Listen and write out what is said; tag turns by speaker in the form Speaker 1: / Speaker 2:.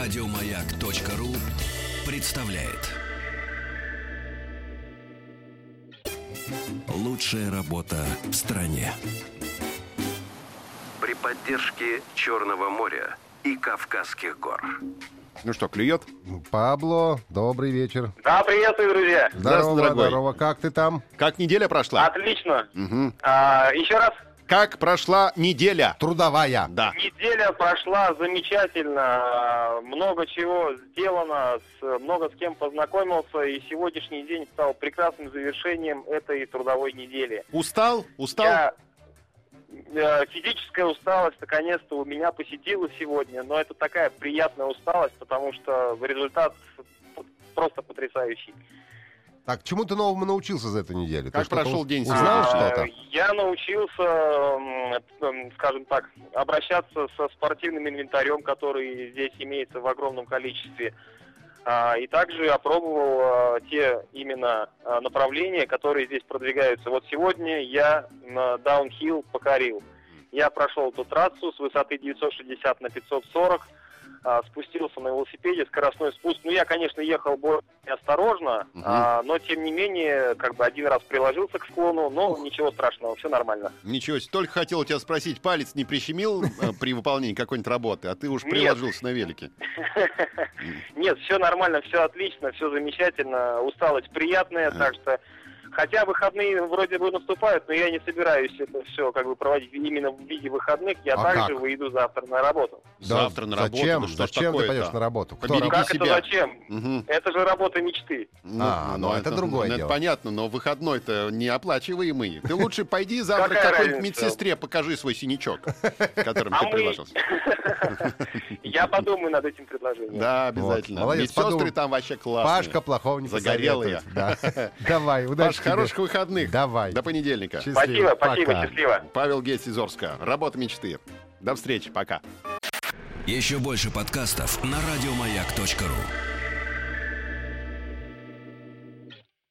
Speaker 1: Радиомаяк.ру представляет. Лучшая работа в стране.
Speaker 2: При поддержке Черного моря и Кавказских гор.
Speaker 3: Ну что, клюет?
Speaker 4: Пабло, добрый вечер.
Speaker 5: Да, приветствую, друзья.
Speaker 4: Здорово,
Speaker 3: дорогой.
Speaker 4: здорово. Как ты там?
Speaker 3: Как неделя
Speaker 5: А-
Speaker 3: прошла?
Speaker 5: Отлично.
Speaker 3: Мгм.
Speaker 5: А, еще раз,
Speaker 3: Как прошла неделя?
Speaker 4: Трудовая.
Speaker 3: Да.
Speaker 5: неделя прошла замечательно. А, Много чего сделано, с- много с кем познакомился. И сегодняшний день стал прекрасным завершением этой трудовой недели.
Speaker 3: Устал? Устал?
Speaker 5: Я- э, Физическая усталость наконец-то у меня посетила сегодня, но это такая приятная усталость, потому что результат просто потрясающий.
Speaker 4: Так, чему ты новому научился за эту неделю?
Speaker 3: Как
Speaker 4: Ты что-то
Speaker 3: прошел
Speaker 4: уз-
Speaker 3: день
Speaker 4: Узнал
Speaker 5: А,
Speaker 3: сегодня?
Speaker 4: что-то?
Speaker 5: Я научился, м, э, м, скажем так, обращаться со спортивным инвентарем, который здесь имеется в огромном количестве. А, И также опробовал а, те именно а, направления, которые здесь продвигаются. Вот сегодня я на даунхилл покорил. Я прошел эту трассу с высоты 960 на 540, а, спустился на велосипеде, скоростной спуск. Ну, я, конечно, ехал более осторожно,
Speaker 3: Мгм.
Speaker 5: а, но, тем не менее, как бы один раз приложился к склону, но ничего страшного, все нормально.
Speaker 3: Ничего себе. Только хотел у тебя спросить, палец не прищемил э, при выполнении какой-нибудь работы, а ты уж
Speaker 5: Нет.
Speaker 3: приложился на велике.
Speaker 5: Нет, все нормально, все отлично, все замечательно, усталость приятная,
Speaker 3: Ага.
Speaker 5: так что... Хотя выходные вроде бы наступают, но я не собираюсь это все как бы проводить именно в виде выходных. Я
Speaker 4: А
Speaker 5: также
Speaker 4: как?
Speaker 5: выйду завтра на работу.
Speaker 3: Э,
Speaker 4: Да
Speaker 3: Завтра на работу.
Speaker 4: Зачем?
Speaker 3: Ну что ж
Speaker 4: Зачем ты
Speaker 3: такое-то?
Speaker 4: пойдешь на работу? Кто
Speaker 3: Побери-
Speaker 4: раб-
Speaker 5: как
Speaker 3: себя.
Speaker 5: это зачем?
Speaker 3: Мгм.
Speaker 5: Это же работа мечты.
Speaker 4: А, ну это другое
Speaker 3: ну,
Speaker 4: дело.
Speaker 3: Это понятно, но выходной-то неоплачиваемый. Ты лучше пойди завтра
Speaker 5: Какая
Speaker 3: какой-нибудь
Speaker 5: разница?
Speaker 3: медсестре покажи свой синячок, которым
Speaker 5: А
Speaker 3: ты
Speaker 5: мы-
Speaker 3: приложился.
Speaker 5: Я подумаю над этим предложением.
Speaker 3: Да,
Speaker 4: Вот,
Speaker 3: обязательно.
Speaker 4: молодец,
Speaker 3: Медсестры
Speaker 4: подумал.
Speaker 3: там вообще классные.
Speaker 4: Пашка плохого не
Speaker 3: Загорелые.
Speaker 4: посоветует. Да. Давай, удачи
Speaker 3: Паш,
Speaker 4: тебе.
Speaker 3: хороших выходных.
Speaker 4: Давай.
Speaker 3: До понедельника.
Speaker 4: Счастливо.
Speaker 5: Спасибо, спасибо,
Speaker 4: Пока.
Speaker 5: счастливо.
Speaker 3: Павел Гейс из Орска. Работа мечты. До встречи. Пока.
Speaker 1: Еще больше подкастов на радиомаяк.ру.